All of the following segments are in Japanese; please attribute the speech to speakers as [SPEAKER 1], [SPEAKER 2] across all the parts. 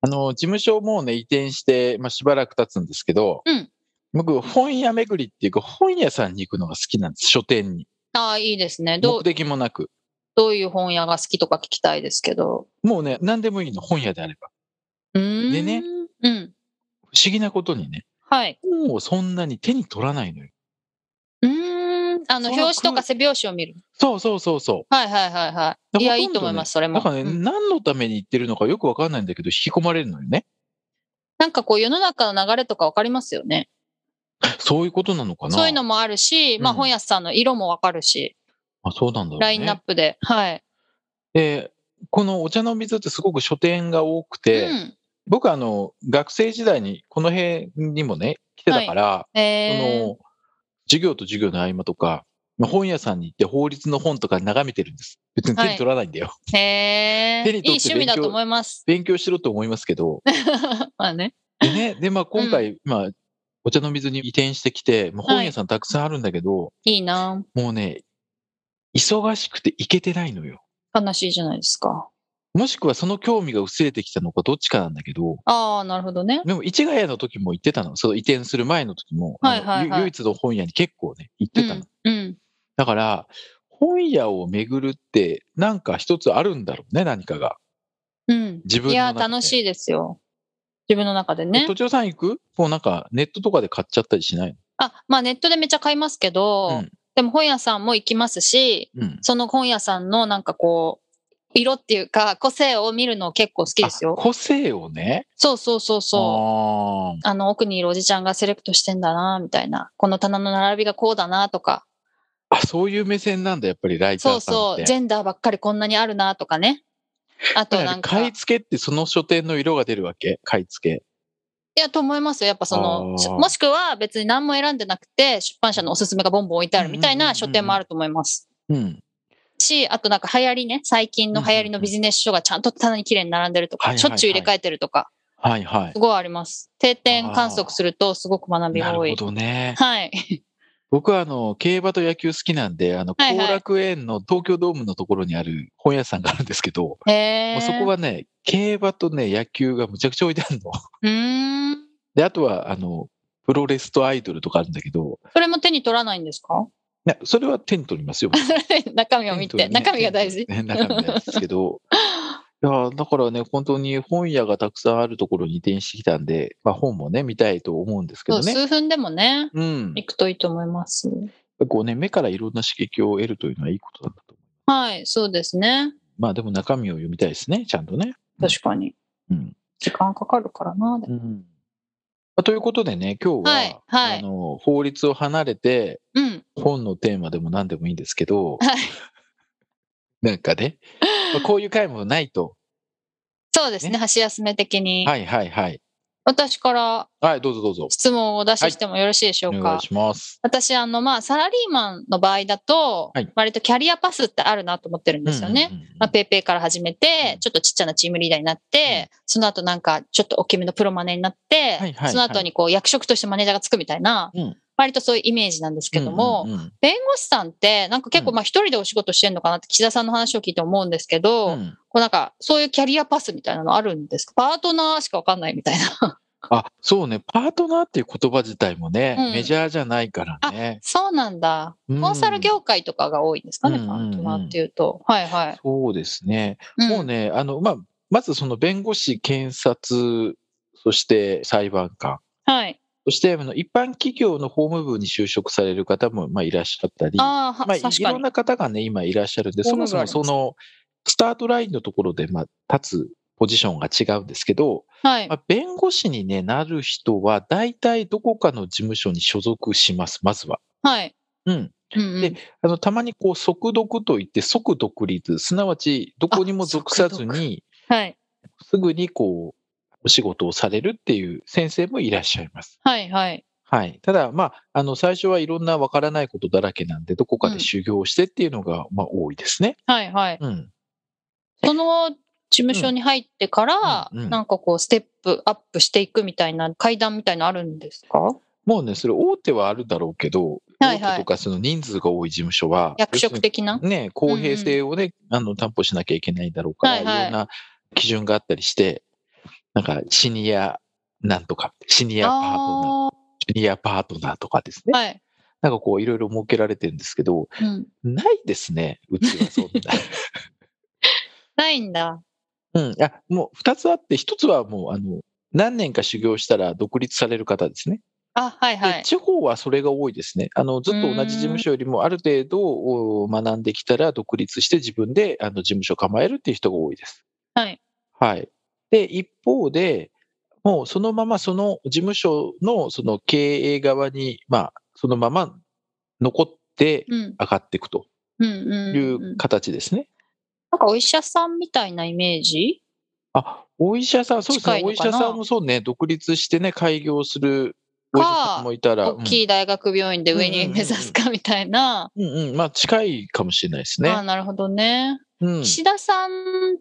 [SPEAKER 1] あの、事務所をもうね、移転して、まあ、しばらく経つんですけど、
[SPEAKER 2] うん
[SPEAKER 1] 僕、本屋巡りっていうか、本屋さんに行くのが好きなんです。書店に。
[SPEAKER 2] ああ、いいですね。ど
[SPEAKER 1] 目
[SPEAKER 2] う、
[SPEAKER 1] 的もなく。
[SPEAKER 2] どういう本屋が好きとか聞きたいですけど。
[SPEAKER 1] もうね、何でもいいの。本屋であれば。
[SPEAKER 2] うーん。
[SPEAKER 1] でね。
[SPEAKER 2] うん。
[SPEAKER 1] 不思議なことにね、
[SPEAKER 2] はい。
[SPEAKER 1] 本をそんなに手に取らないのよ。
[SPEAKER 2] うーん。あの、
[SPEAKER 1] その
[SPEAKER 2] 表紙とか背表紙を見る。
[SPEAKER 1] そうそうそうそ
[SPEAKER 2] はいはいはいはい。いや、
[SPEAKER 1] ほ
[SPEAKER 2] い
[SPEAKER 1] とんどね
[SPEAKER 2] いと思います、それ
[SPEAKER 1] う。
[SPEAKER 2] も。
[SPEAKER 1] だからね、
[SPEAKER 2] うん
[SPEAKER 1] 何のために行ってるのかよくわかんないんだけど、引き込まれるのよね。
[SPEAKER 2] なんかこう、世の中の流れとかわかりますよね。
[SPEAKER 1] そういうことなのかな
[SPEAKER 2] そういうのもあるし、まあ、
[SPEAKER 1] うん
[SPEAKER 2] 本屋さんの色もわかるし、
[SPEAKER 1] あそうなんだろうね。
[SPEAKER 2] ラインナップで。はい。
[SPEAKER 1] でこのお茶の水ってすごく書店が多くて、
[SPEAKER 2] うん。
[SPEAKER 1] 僕あの学生時代にこの辺にもね来てたから、
[SPEAKER 2] え
[SPEAKER 1] そ
[SPEAKER 2] ー
[SPEAKER 1] の授業と授業の合間とかまあ本屋さんに行って法律の本とか眺めてるんです別に手に取らないんだよ、
[SPEAKER 2] へ
[SPEAKER 1] 手
[SPEAKER 2] ー
[SPEAKER 1] に
[SPEAKER 2] いい
[SPEAKER 1] 取って
[SPEAKER 2] 趣味だ
[SPEAKER 1] 勉強
[SPEAKER 2] と思います。
[SPEAKER 1] 勉強しろと思いますけど
[SPEAKER 2] まあね。
[SPEAKER 1] で ねでまあ今回、まあお茶の水に移転してきて、まあ、本屋さんたくさんあるんだけど、
[SPEAKER 2] いいな。
[SPEAKER 1] もうね忙しくて行けてないのよ
[SPEAKER 2] 悲しいじゃないですか。
[SPEAKER 1] もしくはその興味が薄れてきたのかどっちかなんだけど
[SPEAKER 2] ああ、なるほどね。
[SPEAKER 1] でも市ヶ谷の時も行ってたのその移転する前の時も、あの
[SPEAKER 2] はいはいはい
[SPEAKER 1] ゆ唯一の本屋に結構ね行ってたの、
[SPEAKER 2] うん。うん
[SPEAKER 1] だから、本屋を巡るって、なんか一つあるんだろうね、何かが。
[SPEAKER 2] うん。
[SPEAKER 1] 自分の
[SPEAKER 2] いや、
[SPEAKER 1] 中で。
[SPEAKER 2] 楽しいですよ。自分の中でね
[SPEAKER 1] 都。庁さん行くもうなんか、ネットとかで買っちゃったりしない
[SPEAKER 2] あ、まあネットでめっちゃ買いますけど、
[SPEAKER 1] うん
[SPEAKER 2] でも本屋さんも行きますし、
[SPEAKER 1] のうん。
[SPEAKER 2] その本屋さんのなんかこう、色っていうか、個性を見るの結構好きです
[SPEAKER 1] あ
[SPEAKER 2] よ。
[SPEAKER 1] 個性をね。
[SPEAKER 2] そうそうそうそう。
[SPEAKER 1] あー
[SPEAKER 2] あの、奥にいるおじちゃんがセレクトしてんだな、みたいな。この棚の並びがこうだな、とか。
[SPEAKER 1] あ、そういう目線なんだ、やっぱりライタ
[SPEAKER 2] そう
[SPEAKER 1] ーさんっ
[SPEAKER 2] そう。
[SPEAKER 1] て。
[SPEAKER 2] ジ
[SPEAKER 1] う
[SPEAKER 2] ェンダーばっかりこんなにあるな、とかね。あとなんか。
[SPEAKER 1] 買い付けってその書店の色が出るわけ買い付け。
[SPEAKER 2] いや、と思いますよ。やっぱそ
[SPEAKER 1] あー
[SPEAKER 2] の、しもしくは別に何も選んでなくて、出版社のおすすめがボンボン置いてあるみたい
[SPEAKER 1] うんうんうん
[SPEAKER 2] な
[SPEAKER 1] うん
[SPEAKER 2] 書店もあると思います。
[SPEAKER 1] うん。
[SPEAKER 2] し、あとなんか流行りね、最近の流行りのビジネス書がちゃんと棚に綺麗に並んでると
[SPEAKER 1] はい
[SPEAKER 2] か、
[SPEAKER 1] はい
[SPEAKER 2] しょっちゅう入れ替えてるとか、
[SPEAKER 1] はいはい
[SPEAKER 2] す。ごいあります。定点観測するとすごく学び
[SPEAKER 1] な
[SPEAKER 2] が
[SPEAKER 1] る
[SPEAKER 2] 多い
[SPEAKER 1] ほ。どね。
[SPEAKER 2] はい。
[SPEAKER 1] 僕はあの、競馬と野球好きなんで、あの、後
[SPEAKER 2] はいはい
[SPEAKER 1] 楽園の東京ドームのところにある本屋さんがあるんですけど、
[SPEAKER 2] へ
[SPEAKER 1] も
[SPEAKER 2] え。
[SPEAKER 1] うそこ。はね、競馬とね、野球がむちゃくちゃ置いてあるの。
[SPEAKER 2] うーん。
[SPEAKER 1] で、あとは、あの、プロレスとアイドルとかあるんだけど、
[SPEAKER 2] それも手に取らないんですか
[SPEAKER 1] ね、それは手に取りますよ。
[SPEAKER 2] 中身を見
[SPEAKER 1] 手
[SPEAKER 2] て、
[SPEAKER 1] に取るね
[SPEAKER 2] 中身が大事。
[SPEAKER 1] ね、中身なんですけど。いやーだからね、本当に本屋がたくさんあるところに移転してきたんで、まあ本もね、見たいと思うんですけ
[SPEAKER 2] そ
[SPEAKER 1] ど
[SPEAKER 2] う、
[SPEAKER 1] ね。
[SPEAKER 2] 数分でもね、
[SPEAKER 1] うん。
[SPEAKER 2] 行くといいと思います。
[SPEAKER 1] こうね、目からいろんな刺激を得るというのはいいことだなと思う。
[SPEAKER 2] はい、そうですね。
[SPEAKER 1] まあでも中身を読みたいですね、ちゃんとね。
[SPEAKER 2] 確かに。
[SPEAKER 1] うん。
[SPEAKER 2] 時間かかるからな。でも
[SPEAKER 1] うんまあということでね、今日は、
[SPEAKER 2] はいはい
[SPEAKER 1] あの法律を離れて、
[SPEAKER 2] うん。
[SPEAKER 1] 本のテーマでも何でもいいんですけど、
[SPEAKER 2] はい
[SPEAKER 1] なんか ね、まあこういう回もないと。
[SPEAKER 2] そうですね、
[SPEAKER 1] ね
[SPEAKER 2] 箸休め的に、
[SPEAKER 1] はいはいはい。
[SPEAKER 2] 私から
[SPEAKER 1] はい、どうぞどうぞ。
[SPEAKER 2] 質問をお出ししてもよろしいでし
[SPEAKER 1] お
[SPEAKER 2] ょうか。
[SPEAKER 1] 願いします。
[SPEAKER 2] 私、あの、まあ、サラリーマンの場合だと、
[SPEAKER 1] はい
[SPEAKER 2] 割とキャリアパスってあるなと思ってるんですよね。
[SPEAKER 1] うんうんうん
[SPEAKER 2] まあ、ペイペイから始めて、
[SPEAKER 1] うん
[SPEAKER 2] ちょっとちっちゃなチームリーダーになって、その後なんか、ちょっと大きめのプロマネになって、
[SPEAKER 1] はいはい
[SPEAKER 2] その後にこう、役職としてマネージャーがつくみたいな、
[SPEAKER 1] うん
[SPEAKER 2] 割とそういうイメージなんですけども、
[SPEAKER 1] うんうん
[SPEAKER 2] 弁護士さんって、なんか結
[SPEAKER 1] う
[SPEAKER 2] 構
[SPEAKER 1] ん
[SPEAKER 2] まあ一人でお仕事してんのかなって、岸田さんの話を聞いて思うんですけど、
[SPEAKER 1] うんうん
[SPEAKER 2] こうなんか、そういうキャリアパスみたいなのあるんですかパートナーしかわかんないみたい な。
[SPEAKER 1] あ、そうね、パートナーっていう言葉自体もね、
[SPEAKER 2] うん
[SPEAKER 1] メジャーじゃないからね。
[SPEAKER 2] そうなんだ。
[SPEAKER 1] うん
[SPEAKER 2] コンサル業界とかが多いんですかね、
[SPEAKER 1] うん
[SPEAKER 2] パートナーっていうと。はいはい。
[SPEAKER 1] そうですね。
[SPEAKER 2] うん
[SPEAKER 1] もうね、あの、まあ、まずその弁護士、検察、そして裁判官。
[SPEAKER 2] はい。
[SPEAKER 1] そして、あの、一般企業の法務部に就職される方も、まあ、いらっしゃったり。
[SPEAKER 2] ああ、は
[SPEAKER 1] まあ、い
[SPEAKER 2] 確か
[SPEAKER 1] ろん
[SPEAKER 2] に。
[SPEAKER 1] な方がね、今いらっしゃるんで、
[SPEAKER 2] そ
[SPEAKER 1] そう
[SPEAKER 2] な
[SPEAKER 1] も
[SPEAKER 2] ん
[SPEAKER 1] そ
[SPEAKER 2] だ
[SPEAKER 1] もその、スタートラインのところで、まあ、立つポジションが違うんですけど、
[SPEAKER 2] はい
[SPEAKER 1] ま。あ、弁護士に、ね、なる人は、大体どこかの事務所に所属します、まずは。
[SPEAKER 2] はい。
[SPEAKER 1] うん、
[SPEAKER 2] うんうん
[SPEAKER 1] であのたまにこう即読といって即独立すなわちどこにも
[SPEAKER 2] あ
[SPEAKER 1] 属さず
[SPEAKER 2] 即
[SPEAKER 1] に
[SPEAKER 2] はい。
[SPEAKER 1] すぐにこうお仕事をされるっていう先生もいらっしゃいます。
[SPEAKER 2] はいはい。
[SPEAKER 1] はい。ただ、まあ、あの、最初はいろんなわからないことだらけなんで、どこかで修行をしてっていうのが、まあ、多いですね。
[SPEAKER 2] はいはい。
[SPEAKER 1] うん。
[SPEAKER 2] その事務所に入ってから、
[SPEAKER 1] うんうんうん
[SPEAKER 2] なんかこう、ステップアップしていくみたいな階段みたいのあるんですか
[SPEAKER 1] もうね、それ大手はあるだろうけど、
[SPEAKER 2] はいはい
[SPEAKER 1] 大手とかその人数が多い事務所は、
[SPEAKER 2] 役職的な
[SPEAKER 1] ね、公平性をね、あの、担保しなきゃいけないだろうから、
[SPEAKER 2] はいいはい
[SPEAKER 1] ろんな基準があったりして、なんか、シニアなんとか、シニアパートナー、
[SPEAKER 2] あ
[SPEAKER 1] ジュニアパートナーとかです
[SPEAKER 2] ー
[SPEAKER 1] ね。
[SPEAKER 2] はい。
[SPEAKER 1] なんかこう、いろいろ設けられてるんですけど、
[SPEAKER 2] うん。
[SPEAKER 1] ないですね、うちはそんな。
[SPEAKER 2] ないんだ。
[SPEAKER 1] うん、あもう二つあって、一つはもうあの何年か修行したら独立される方ですね。
[SPEAKER 2] あ、はい
[SPEAKER 1] で
[SPEAKER 2] はい。
[SPEAKER 1] 地方はそれが多いですね。あのずっと同じ事務所よりもある程度お学んできたら独立して自分であの事務所構えるっていう人が多いです。
[SPEAKER 2] はい。
[SPEAKER 1] はい。で、一方で、もうそのままその事務所のその経営側に、まあ、そのまま残って
[SPEAKER 2] うん。
[SPEAKER 1] 上がっていくと
[SPEAKER 2] うんうん
[SPEAKER 1] い
[SPEAKER 2] うんうん
[SPEAKER 1] う。形ですね。
[SPEAKER 2] なんかお医者さんみたいなイメージ
[SPEAKER 1] あ、お医者さん、そうです
[SPEAKER 2] 近
[SPEAKER 1] ね。
[SPEAKER 2] い
[SPEAKER 1] お
[SPEAKER 2] の
[SPEAKER 1] 医
[SPEAKER 2] かな
[SPEAKER 1] 者さんもそうね、独立してね、開業するお医者さんもいたら、
[SPEAKER 2] 大きい大学病院で上に目指すかみたいな。
[SPEAKER 1] うん、うんうん、まあ近いかもしれないです
[SPEAKER 2] ああー
[SPEAKER 1] ね。
[SPEAKER 2] なるほどね。
[SPEAKER 1] うん、
[SPEAKER 2] 岸田さん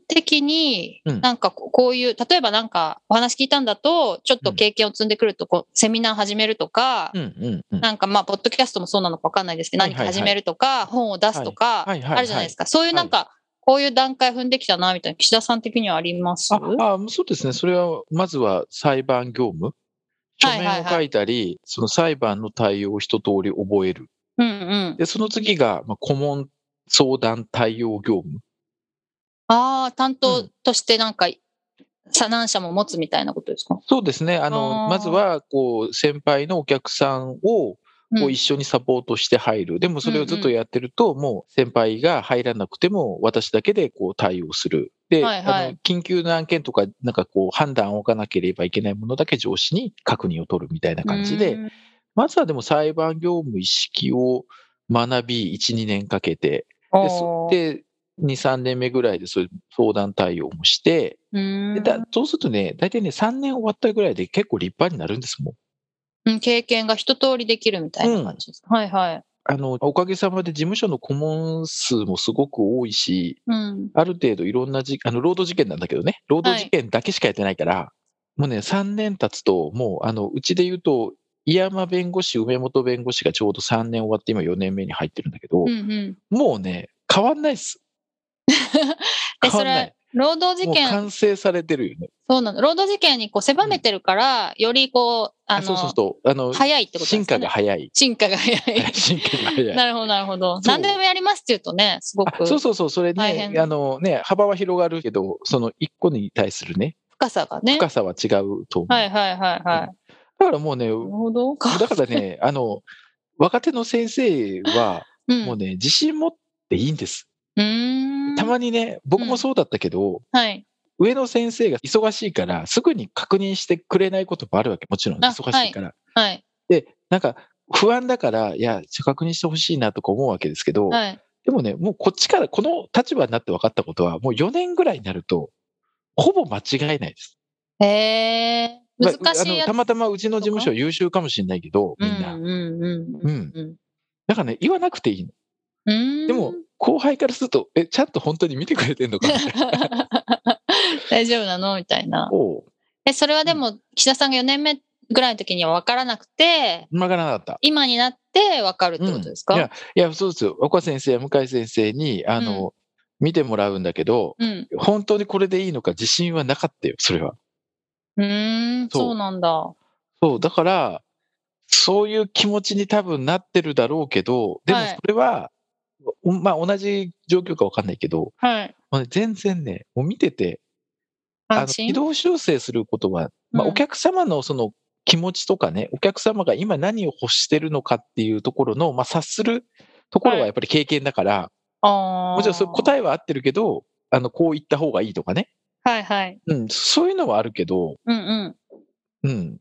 [SPEAKER 2] 的に
[SPEAKER 1] うん
[SPEAKER 2] なんかここういう、例えばなんかお話聞いたんだと、ちょっと経験を積んでくると、こうセミナー始めるとか
[SPEAKER 1] う、ん、うん、うん。
[SPEAKER 2] なんかまあ、ポッドキャストもそうなのか分かんないですけど、
[SPEAKER 1] はい
[SPEAKER 2] 何
[SPEAKER 1] はいは
[SPEAKER 2] か
[SPEAKER 1] い
[SPEAKER 2] 始めるとか、本を出すとか、
[SPEAKER 1] はいはいはいはい
[SPEAKER 2] あるじゃないですか。そういうなんか、こういう段階踏んできたな、みたいな、岸田さん的にはあります
[SPEAKER 1] ああ、そうですね。それは、まずは裁判業務。書
[SPEAKER 2] はいはい
[SPEAKER 1] 面
[SPEAKER 2] は
[SPEAKER 1] を
[SPEAKER 2] い
[SPEAKER 1] 書いたり、その裁判の対応を一通り覚える。
[SPEAKER 2] うんうん。
[SPEAKER 1] で、その次が、まあ、顧問相談対応業務。
[SPEAKER 2] ああ、担
[SPEAKER 1] う
[SPEAKER 2] 当
[SPEAKER 1] ん
[SPEAKER 2] としてなんか、佐難者も持つみたいなことですか
[SPEAKER 1] そうですね。あの、
[SPEAKER 2] あー
[SPEAKER 1] まずは、こう、先輩のお客さんを、
[SPEAKER 2] うん
[SPEAKER 1] こう一緒にサポートして入る。でもそれをずっとやってると、もう先輩が入らなくても私だけでこう対応する。で、
[SPEAKER 2] はいはい
[SPEAKER 1] あの緊急な案件とか、なんかこう判断を置かなければいけないものだけ上司に確認を取るみたいな感じで、
[SPEAKER 2] うん
[SPEAKER 1] まずはでも裁判業務意識を学び、1、2年かけて、で、そ
[SPEAKER 2] おー
[SPEAKER 1] で2、3年目ぐらいでそういう相談対応もして、
[SPEAKER 2] うん
[SPEAKER 1] でだそうするとね、大体ね、3年終わったぐらいで結構立派になるんですもん。
[SPEAKER 2] うん経験が一通りできるみたいな感じですか、はいはい。
[SPEAKER 1] あの、おかげさまで事務所の顧問数もすごく多いし、
[SPEAKER 2] うん。
[SPEAKER 1] ある程度いろんなじ、あの、労働事件なんだけどね、労働事件だけしかやってないから、もうね、3年経つと、もう、あの、うちで言うと、井山弁護士、梅本弁護士がちょうど3年終わって、今4年目に入ってるんだけど、
[SPEAKER 2] うんうん。
[SPEAKER 1] もうね、変わんないっ す。
[SPEAKER 2] で、
[SPEAKER 1] 変わ
[SPEAKER 2] そ
[SPEAKER 1] んない
[SPEAKER 2] れ。、労働
[SPEAKER 1] も
[SPEAKER 2] 事
[SPEAKER 1] う
[SPEAKER 2] 件、
[SPEAKER 1] 完成されてるよね。
[SPEAKER 2] そうなの。労働事件にこう狭めてるから、よりこう、あ
[SPEAKER 1] あ
[SPEAKER 2] の、
[SPEAKER 1] そうそうそう。あの、
[SPEAKER 2] 早いってことですね。
[SPEAKER 1] 進化が 早い。
[SPEAKER 2] 進化が早い。
[SPEAKER 1] 進化が早い。
[SPEAKER 2] なるほど、なるほど。
[SPEAKER 1] そう
[SPEAKER 2] 何でもやりますって言うとね、すご
[SPEAKER 1] あ
[SPEAKER 2] く
[SPEAKER 1] そうそうそう、それ
[SPEAKER 2] 大
[SPEAKER 1] ね、
[SPEAKER 2] 変
[SPEAKER 1] あのね、幅は広がるけど、その1個に対するね、
[SPEAKER 2] 深さがね。
[SPEAKER 1] 深さは違うと思う。
[SPEAKER 2] はいはいはいはい。
[SPEAKER 1] だからもうね、
[SPEAKER 2] なるほど。
[SPEAKER 1] だから ね、あの、若手の先生は、
[SPEAKER 2] うん
[SPEAKER 1] もうね、自信持っていいんです。
[SPEAKER 2] うーん。
[SPEAKER 1] たまにね、僕もそうだったけど、
[SPEAKER 2] はい。
[SPEAKER 1] 上の先生が忙しいから、すぐに確認してくれないこともあるわけ。もちろん、
[SPEAKER 2] あ
[SPEAKER 1] 忙しいから。
[SPEAKER 2] はい。
[SPEAKER 1] なんか、不安だから、いや、ちょ確認してほしいなとか思うわけですけど、
[SPEAKER 2] はい。
[SPEAKER 1] でもね、もうこっちから、この立場になって分かったことは、もう4年ぐらいになると、ほぼ間違いないです。
[SPEAKER 2] へえ。
[SPEAKER 1] まあ
[SPEAKER 2] 難し
[SPEAKER 1] あ
[SPEAKER 2] い
[SPEAKER 1] の
[SPEAKER 2] やつ。
[SPEAKER 1] たまたまうちの事務所優秀かもしれないけど、みんな。
[SPEAKER 2] うんうんう
[SPEAKER 1] う
[SPEAKER 2] んうんんうん。
[SPEAKER 1] だからね、言わなくていいの。
[SPEAKER 2] うーん
[SPEAKER 1] でも、後輩からすると、え、ちゃんと本当に見てくれてんの かみたいな
[SPEAKER 2] 大丈夫なのみたいな。
[SPEAKER 1] おう
[SPEAKER 2] え、それはでも、岸田さんが4年目ぐらいの時には分からなくて、
[SPEAKER 1] 今からなかった。
[SPEAKER 2] 今になって分かるってことですか、
[SPEAKER 1] う
[SPEAKER 2] うんん、
[SPEAKER 1] いや、いや、そうですよ。若先生や向井先生に、あの、見てもらうんだけど、
[SPEAKER 2] うん。
[SPEAKER 1] 本当にこれでいいのか自信はなかったよ、それは。
[SPEAKER 2] うーん、
[SPEAKER 1] そう
[SPEAKER 2] そうなんだ。
[SPEAKER 1] そう、だから、そういう気持ちに多分なってるだろうけど、でも
[SPEAKER 2] はい
[SPEAKER 1] それは、おまあ同じ状況かわかんないけど、
[SPEAKER 2] はい。
[SPEAKER 1] もうね全然ね、もう見てて、あの
[SPEAKER 2] 安
[SPEAKER 1] 軌
[SPEAKER 2] 心。
[SPEAKER 1] 道修正することは、まあ、
[SPEAKER 2] うん
[SPEAKER 1] お客様のその気持ちとかね、お客様が今何を欲してるのかっていうところの、まあ、察するところはやっぱり経験だから、
[SPEAKER 2] あ
[SPEAKER 1] もちろんそういう
[SPEAKER 2] え。
[SPEAKER 1] 答えは合ってるけど、あの、こう言った方がいいとかね。
[SPEAKER 2] はいはい。
[SPEAKER 1] うん、そういうのはあるけど、
[SPEAKER 2] うんうん。
[SPEAKER 1] うん。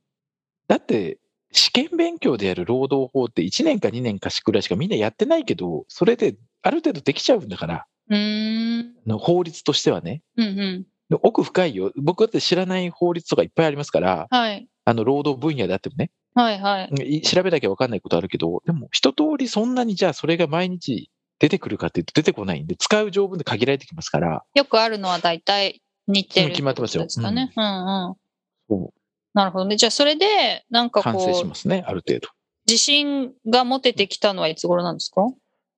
[SPEAKER 1] だって、試験勉強でやる労働法って1年か2年かしくらいしかみんなやってないけど、それである程度できちゃうんだから、
[SPEAKER 2] うーん。
[SPEAKER 1] あの法律としてはね。
[SPEAKER 2] うんうん。
[SPEAKER 1] で奥深いよ。僕だって知らない法律とかいっぱいありますから、
[SPEAKER 2] はい。
[SPEAKER 1] あの、労働分野であってもね、
[SPEAKER 2] はいはい。
[SPEAKER 1] い調べなきゃ分かんないことあるけど、でも一通りそんなにじゃあそれが毎日出てくるかっていうと出てこないんで、使う条文で限られてきますから、
[SPEAKER 2] よくあるのは大体似て
[SPEAKER 1] う
[SPEAKER 2] る。
[SPEAKER 1] ん決まってますよ
[SPEAKER 2] ですかね。うんうん。
[SPEAKER 1] そう
[SPEAKER 2] なるほどね。じゃあそれで、なんか
[SPEAKER 1] 反省し
[SPEAKER 2] こう
[SPEAKER 1] ま、すね、ある程度。
[SPEAKER 2] 自信が持ててきたのはいつ頃なんですか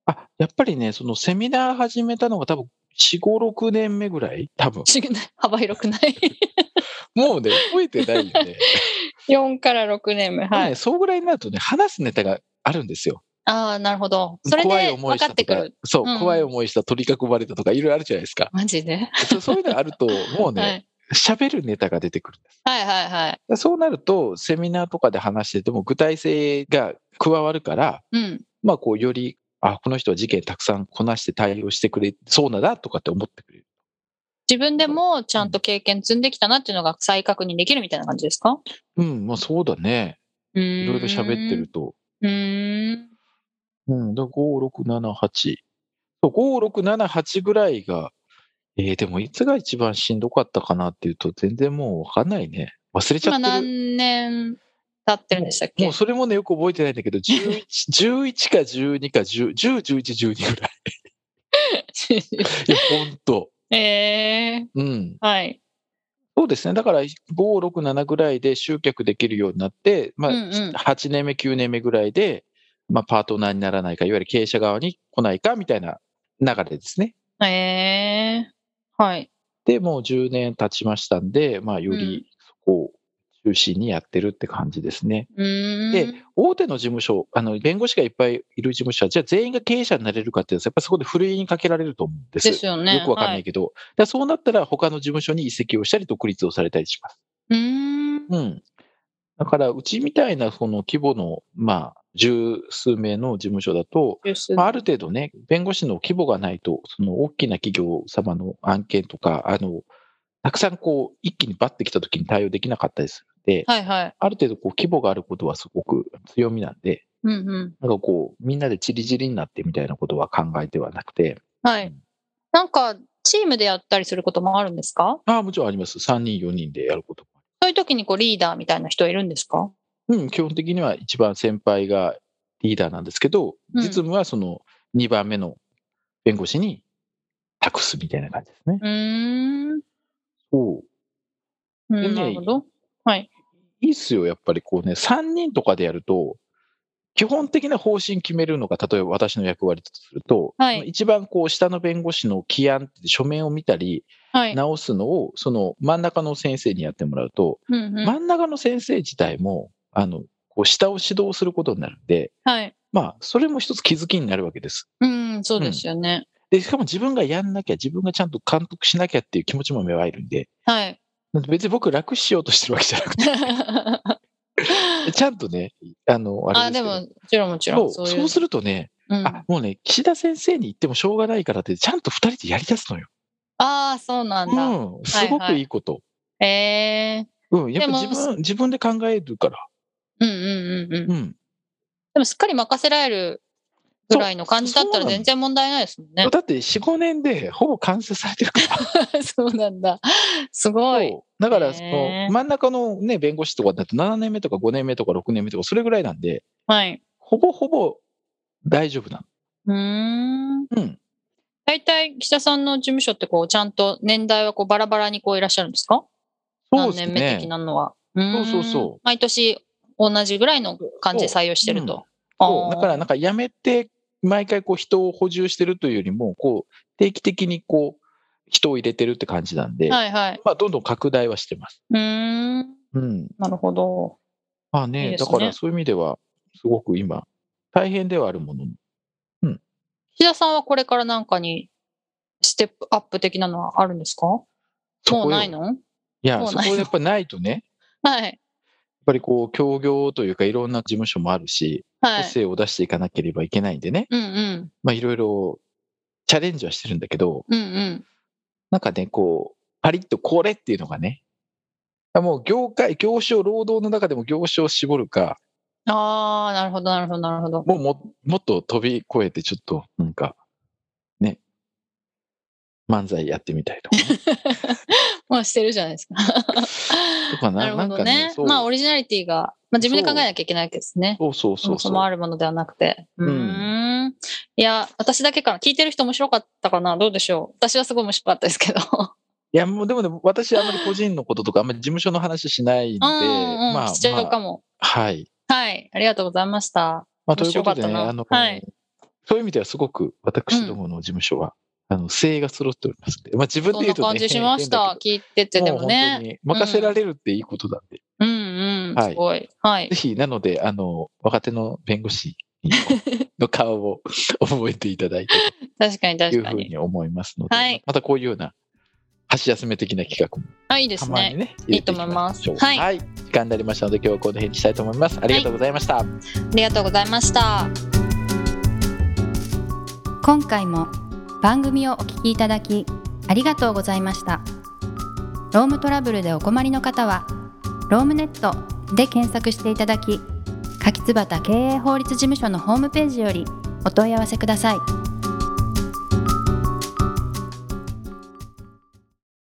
[SPEAKER 1] あ、やっぱりね、そのセミナー始めたのが多分4、5、6年目ぐらい多分。
[SPEAKER 2] し幅広く ない。
[SPEAKER 1] もうね、覚えてないんで。
[SPEAKER 2] 4から6年目。
[SPEAKER 1] まあ
[SPEAKER 2] はい。
[SPEAKER 1] ね、そうぐらいになるとね、話すネタがあるんですよ。
[SPEAKER 2] ああ、なるほど。それで
[SPEAKER 1] 怖い思
[SPEAKER 2] 分
[SPEAKER 1] い
[SPEAKER 2] か
[SPEAKER 1] した
[SPEAKER 2] って
[SPEAKER 1] と
[SPEAKER 2] く
[SPEAKER 1] か
[SPEAKER 2] る。、
[SPEAKER 1] そう、
[SPEAKER 2] うん
[SPEAKER 1] 怖い思いした、取り囲まれたとか、いろいろあるじゃないです か。
[SPEAKER 2] マジで、
[SPEAKER 1] そうそういうのがあると、もう
[SPEAKER 2] は
[SPEAKER 1] ね、
[SPEAKER 2] い。
[SPEAKER 1] 喋、るネタが出てくるんです。
[SPEAKER 2] はいはいはい。
[SPEAKER 1] でそうなると、セミナーとかで話してても、具体性が加わるから、
[SPEAKER 2] うん。
[SPEAKER 1] まあ、こう、より、あ、この人は事件たくさんこなして対応してくれそうなだとかって思ってくれる。
[SPEAKER 2] 自分でもちゃんと経験積んできたなっていうのが再確認できるみたいな感じですか
[SPEAKER 1] うん、まあ、そうだね。
[SPEAKER 2] い
[SPEAKER 1] いろいろ喋ってる。と。
[SPEAKER 2] うーん。
[SPEAKER 1] うん、だ5678。そう、5678ぐらいが、えー、でもいつが一番しんどかったかなっていうと、全然もうわかんないね。忘れちゃっ
[SPEAKER 2] 今
[SPEAKER 1] てる。
[SPEAKER 2] 何年経ってるんでしたっけ
[SPEAKER 1] もうそれもね、よく覚えてないんだけど、11, 11か12か10、10、11、12ぐらい。いや、ほんと。
[SPEAKER 2] ええ
[SPEAKER 1] うん。
[SPEAKER 2] ー。はい。
[SPEAKER 1] そうですね。だから、5、6、7ぐらいで集客できるようになって、まあ、
[SPEAKER 2] うんうん
[SPEAKER 1] 8年目、9年目ぐらいで、まあ、パートナーにならないか、いわゆる経営者側に来ないか、みたいな流れですね。
[SPEAKER 2] ええー。はい。
[SPEAKER 1] で、もう10年経ちましたんで、まあ、よ
[SPEAKER 2] うん
[SPEAKER 1] りそこを中心にやってるって感じですね。
[SPEAKER 2] うーん。
[SPEAKER 1] で大手の事務所、あの、弁護士がいっぱいいる事務所は、じゃあ全員が経営者になれるかっていうと、やっぱそこでふるいにかけられると思うんです。
[SPEAKER 2] ですよね。
[SPEAKER 1] よくわかんな
[SPEAKER 2] はい
[SPEAKER 1] けど、でそうなったら他の事務所に移籍をしたり、独立をされたりします。
[SPEAKER 2] うーん。
[SPEAKER 1] うん。だから、うちみたいなその規模の、まあ、十数名の事務所だと、
[SPEAKER 2] です
[SPEAKER 1] まあ、ある程度ね、弁護士の規模がないと、その大きな企業様の案件とか、あの、たくさんこう、一気にバッてきた時に対応できなかったりするんで、
[SPEAKER 2] はいはい。
[SPEAKER 1] ある程度こう、規模があることはすごく強みなんで、
[SPEAKER 2] うんうん。
[SPEAKER 1] なんかこう、みんなでチリチリになってみたいなことは考えてはなくて、
[SPEAKER 2] はい。なんか、チームでやったりすることもあるんですか
[SPEAKER 1] ああ、もちろんあります。3人、4人でやることも
[SPEAKER 2] そういう時にこうリーダーみたいな人いるんですか
[SPEAKER 1] うん、基本的には一番先輩がリーダーなんですけど、
[SPEAKER 2] うん
[SPEAKER 1] 実務はその2番目の弁護士に託すみたいな感じですね。
[SPEAKER 2] うーん。
[SPEAKER 1] そう。
[SPEAKER 2] うん、
[SPEAKER 1] ね
[SPEAKER 2] なるほど。
[SPEAKER 1] いいっすよ、やっぱりこうね、3人とかでやると、基本的な方針決めるのが、例えば私の役割だとすると、
[SPEAKER 2] はい
[SPEAKER 1] 一番こう下の弁護士の起案って書面を見たり、
[SPEAKER 2] はい。
[SPEAKER 1] 直すのを、その真ん中の先生にやってもらうと、
[SPEAKER 2] うんうん
[SPEAKER 1] 真ん中の先生自体も、あの、こう下を指導することになるんで、
[SPEAKER 2] はい。
[SPEAKER 1] まあ、それも一つ気づきになるわけです。
[SPEAKER 2] うん、そうですよね。
[SPEAKER 1] で、しかも自分がやんなきゃ、自分がちゃんと監督しなきゃっていう気持ちも芽生えるんで、
[SPEAKER 2] はい。
[SPEAKER 1] なんで別に僕楽しようとしてるわけじゃなくて、ちゃんとね、あの、あ
[SPEAKER 2] あ、
[SPEAKER 1] れで
[SPEAKER 2] です
[SPEAKER 1] けど。
[SPEAKER 2] も、もちろんもちろん。
[SPEAKER 1] そ
[SPEAKER 2] そうう
[SPEAKER 1] そ
[SPEAKER 2] いうう。
[SPEAKER 1] するとね、
[SPEAKER 2] うん
[SPEAKER 1] あもうね、岸田先生に言ってもしょうがないからって、ちゃんと二人でやりだすのよ。
[SPEAKER 2] ああ、そうなんだ。
[SPEAKER 1] うん、すごくいいこと。
[SPEAKER 2] ええ。
[SPEAKER 1] うん、やっぱ
[SPEAKER 2] でも
[SPEAKER 1] 自分自分で考えるから。
[SPEAKER 2] うんうんうんうん。
[SPEAKER 1] う
[SPEAKER 2] で
[SPEAKER 1] ん、
[SPEAKER 2] も、すっかり任せられるぐらいの感じだったら全然問題ないですもんね。
[SPEAKER 1] だって4、5年でほぼ完成されてるから。
[SPEAKER 2] そうなんだ。すごい。
[SPEAKER 1] そうだから
[SPEAKER 2] へー
[SPEAKER 1] その真ん中のね弁護士とかだと7年目とか5年目とか6年目とかそれぐらいなんで、
[SPEAKER 2] はい。
[SPEAKER 1] ほぼほぼ大丈夫な
[SPEAKER 2] うーん。
[SPEAKER 1] の。うん。
[SPEAKER 2] 大体、岸田さんの事務所って、こう、ちゃんと年代はこうバラバラにこういらっしゃるんですか
[SPEAKER 1] そう
[SPEAKER 2] 何
[SPEAKER 1] です
[SPEAKER 2] 年目的
[SPEAKER 1] ね。
[SPEAKER 2] なのは。
[SPEAKER 1] そうそうそう
[SPEAKER 2] ーん毎年同じぐらいの感じで採用してると。
[SPEAKER 1] そう
[SPEAKER 2] あー
[SPEAKER 1] だからなんかやめて毎回こう人を補充してるというよりもこう定期的にこう人を入れてるって感じなんで、
[SPEAKER 2] はいはい。
[SPEAKER 1] まあ、どんどん拡大はしてます。
[SPEAKER 2] うーん。
[SPEAKER 1] うん。
[SPEAKER 2] なるほど。
[SPEAKER 1] まあね、
[SPEAKER 2] いいです
[SPEAKER 1] だ
[SPEAKER 2] ね
[SPEAKER 1] からそういう意味では、すごく今、大変ではあるものの、
[SPEAKER 2] 岸田さんはこれからなんかにステップアップ的なのはあるんですかも
[SPEAKER 1] そこよ
[SPEAKER 2] うないの
[SPEAKER 1] いや、
[SPEAKER 2] そう
[SPEAKER 1] そ
[SPEAKER 2] なん
[SPEAKER 1] こやっぱないとね、やっ
[SPEAKER 2] はい。
[SPEAKER 1] ぱりこう、協業というか、いろんな事務所もあるし、
[SPEAKER 2] は
[SPEAKER 1] 個
[SPEAKER 2] い。
[SPEAKER 1] 性を出していかなければいけないんでね、
[SPEAKER 2] うんうん。
[SPEAKER 1] まあいろいろチャレンジはしてるんだけど、
[SPEAKER 2] うんうん。
[SPEAKER 1] なんかね、こう、パリッとこれっていうのがね、もう業界、業種を、労働の中でも業種を絞るか、
[SPEAKER 2] ああ、なるほど、なるほど、なるほど。
[SPEAKER 1] もうももっと飛び越えて、ちょっと、なんか、ね、漫才やってみたりとかね、
[SPEAKER 2] まあしてるじゃないで すか。
[SPEAKER 1] とかな
[SPEAKER 2] なるほ
[SPEAKER 1] なん
[SPEAKER 2] ど
[SPEAKER 1] か
[SPEAKER 2] ね
[SPEAKER 1] ね。そう
[SPEAKER 2] まあオリジナリティが、まあ自分で考えなきゃいけないわけですね。
[SPEAKER 1] そうそう
[SPEAKER 2] そ
[SPEAKER 1] そう
[SPEAKER 2] も
[SPEAKER 1] そ
[SPEAKER 2] そうもあるものではなくて。うーん。いや、私だけかな。聞いてる人面白かったかなどうでしょう私はすごい面白かったですけど。
[SPEAKER 1] いやもうでもね私あんまり個人のこととかあんまり事務所の話しないんで、
[SPEAKER 2] うんうんうん、
[SPEAKER 1] まあ
[SPEAKER 2] しちゃうか
[SPEAKER 1] ま
[SPEAKER 2] も、
[SPEAKER 1] あはい。
[SPEAKER 2] はい。ありがとうございました。
[SPEAKER 1] まあ、ということで
[SPEAKER 2] 面
[SPEAKER 1] ね、
[SPEAKER 2] 白かったな
[SPEAKER 1] あの、
[SPEAKER 2] はい
[SPEAKER 1] そういう意味ではすごく私どもの事務所は、あの、精鋭が揃っておりますんで、まあ自分で
[SPEAKER 2] そん
[SPEAKER 1] 言
[SPEAKER 2] な
[SPEAKER 1] うと、ね、
[SPEAKER 2] 感じしました。聞いてて、
[SPEAKER 1] 変
[SPEAKER 2] で
[SPEAKER 1] だけどう本当
[SPEAKER 2] もね。
[SPEAKER 1] に任せられるっていいことなんで、
[SPEAKER 2] うんうん。
[SPEAKER 1] はい
[SPEAKER 2] すごい。はい
[SPEAKER 1] ぜ。ひ、なので、あの、若手の弁護士の顔を 覚えていただいて
[SPEAKER 2] 確かに
[SPEAKER 1] とい
[SPEAKER 2] 確
[SPEAKER 1] うふ
[SPEAKER 2] か
[SPEAKER 1] う
[SPEAKER 2] に。
[SPEAKER 1] に思いますので、
[SPEAKER 2] はい
[SPEAKER 1] またこういうような、箸休め的な企画も
[SPEAKER 2] あ、いいで
[SPEAKER 1] た
[SPEAKER 2] す
[SPEAKER 1] まに
[SPEAKER 2] ね。
[SPEAKER 1] ね、
[SPEAKER 2] い
[SPEAKER 1] 入
[SPEAKER 2] い
[SPEAKER 1] れ
[SPEAKER 2] と
[SPEAKER 1] て
[SPEAKER 2] 思い
[SPEAKER 1] き
[SPEAKER 2] ます
[SPEAKER 1] しょう
[SPEAKER 2] はい
[SPEAKER 1] はい。時間になりましたので、今日はこの辺にしたいと思います。ありがとうございました。
[SPEAKER 2] ありがとうございました。
[SPEAKER 3] 今回も番組をお聞きいただきありがとうございましたロームトラブルでお困りの方はロームネットで検索していただき柿椿経営法律事務所のホームページよりお問い合わせください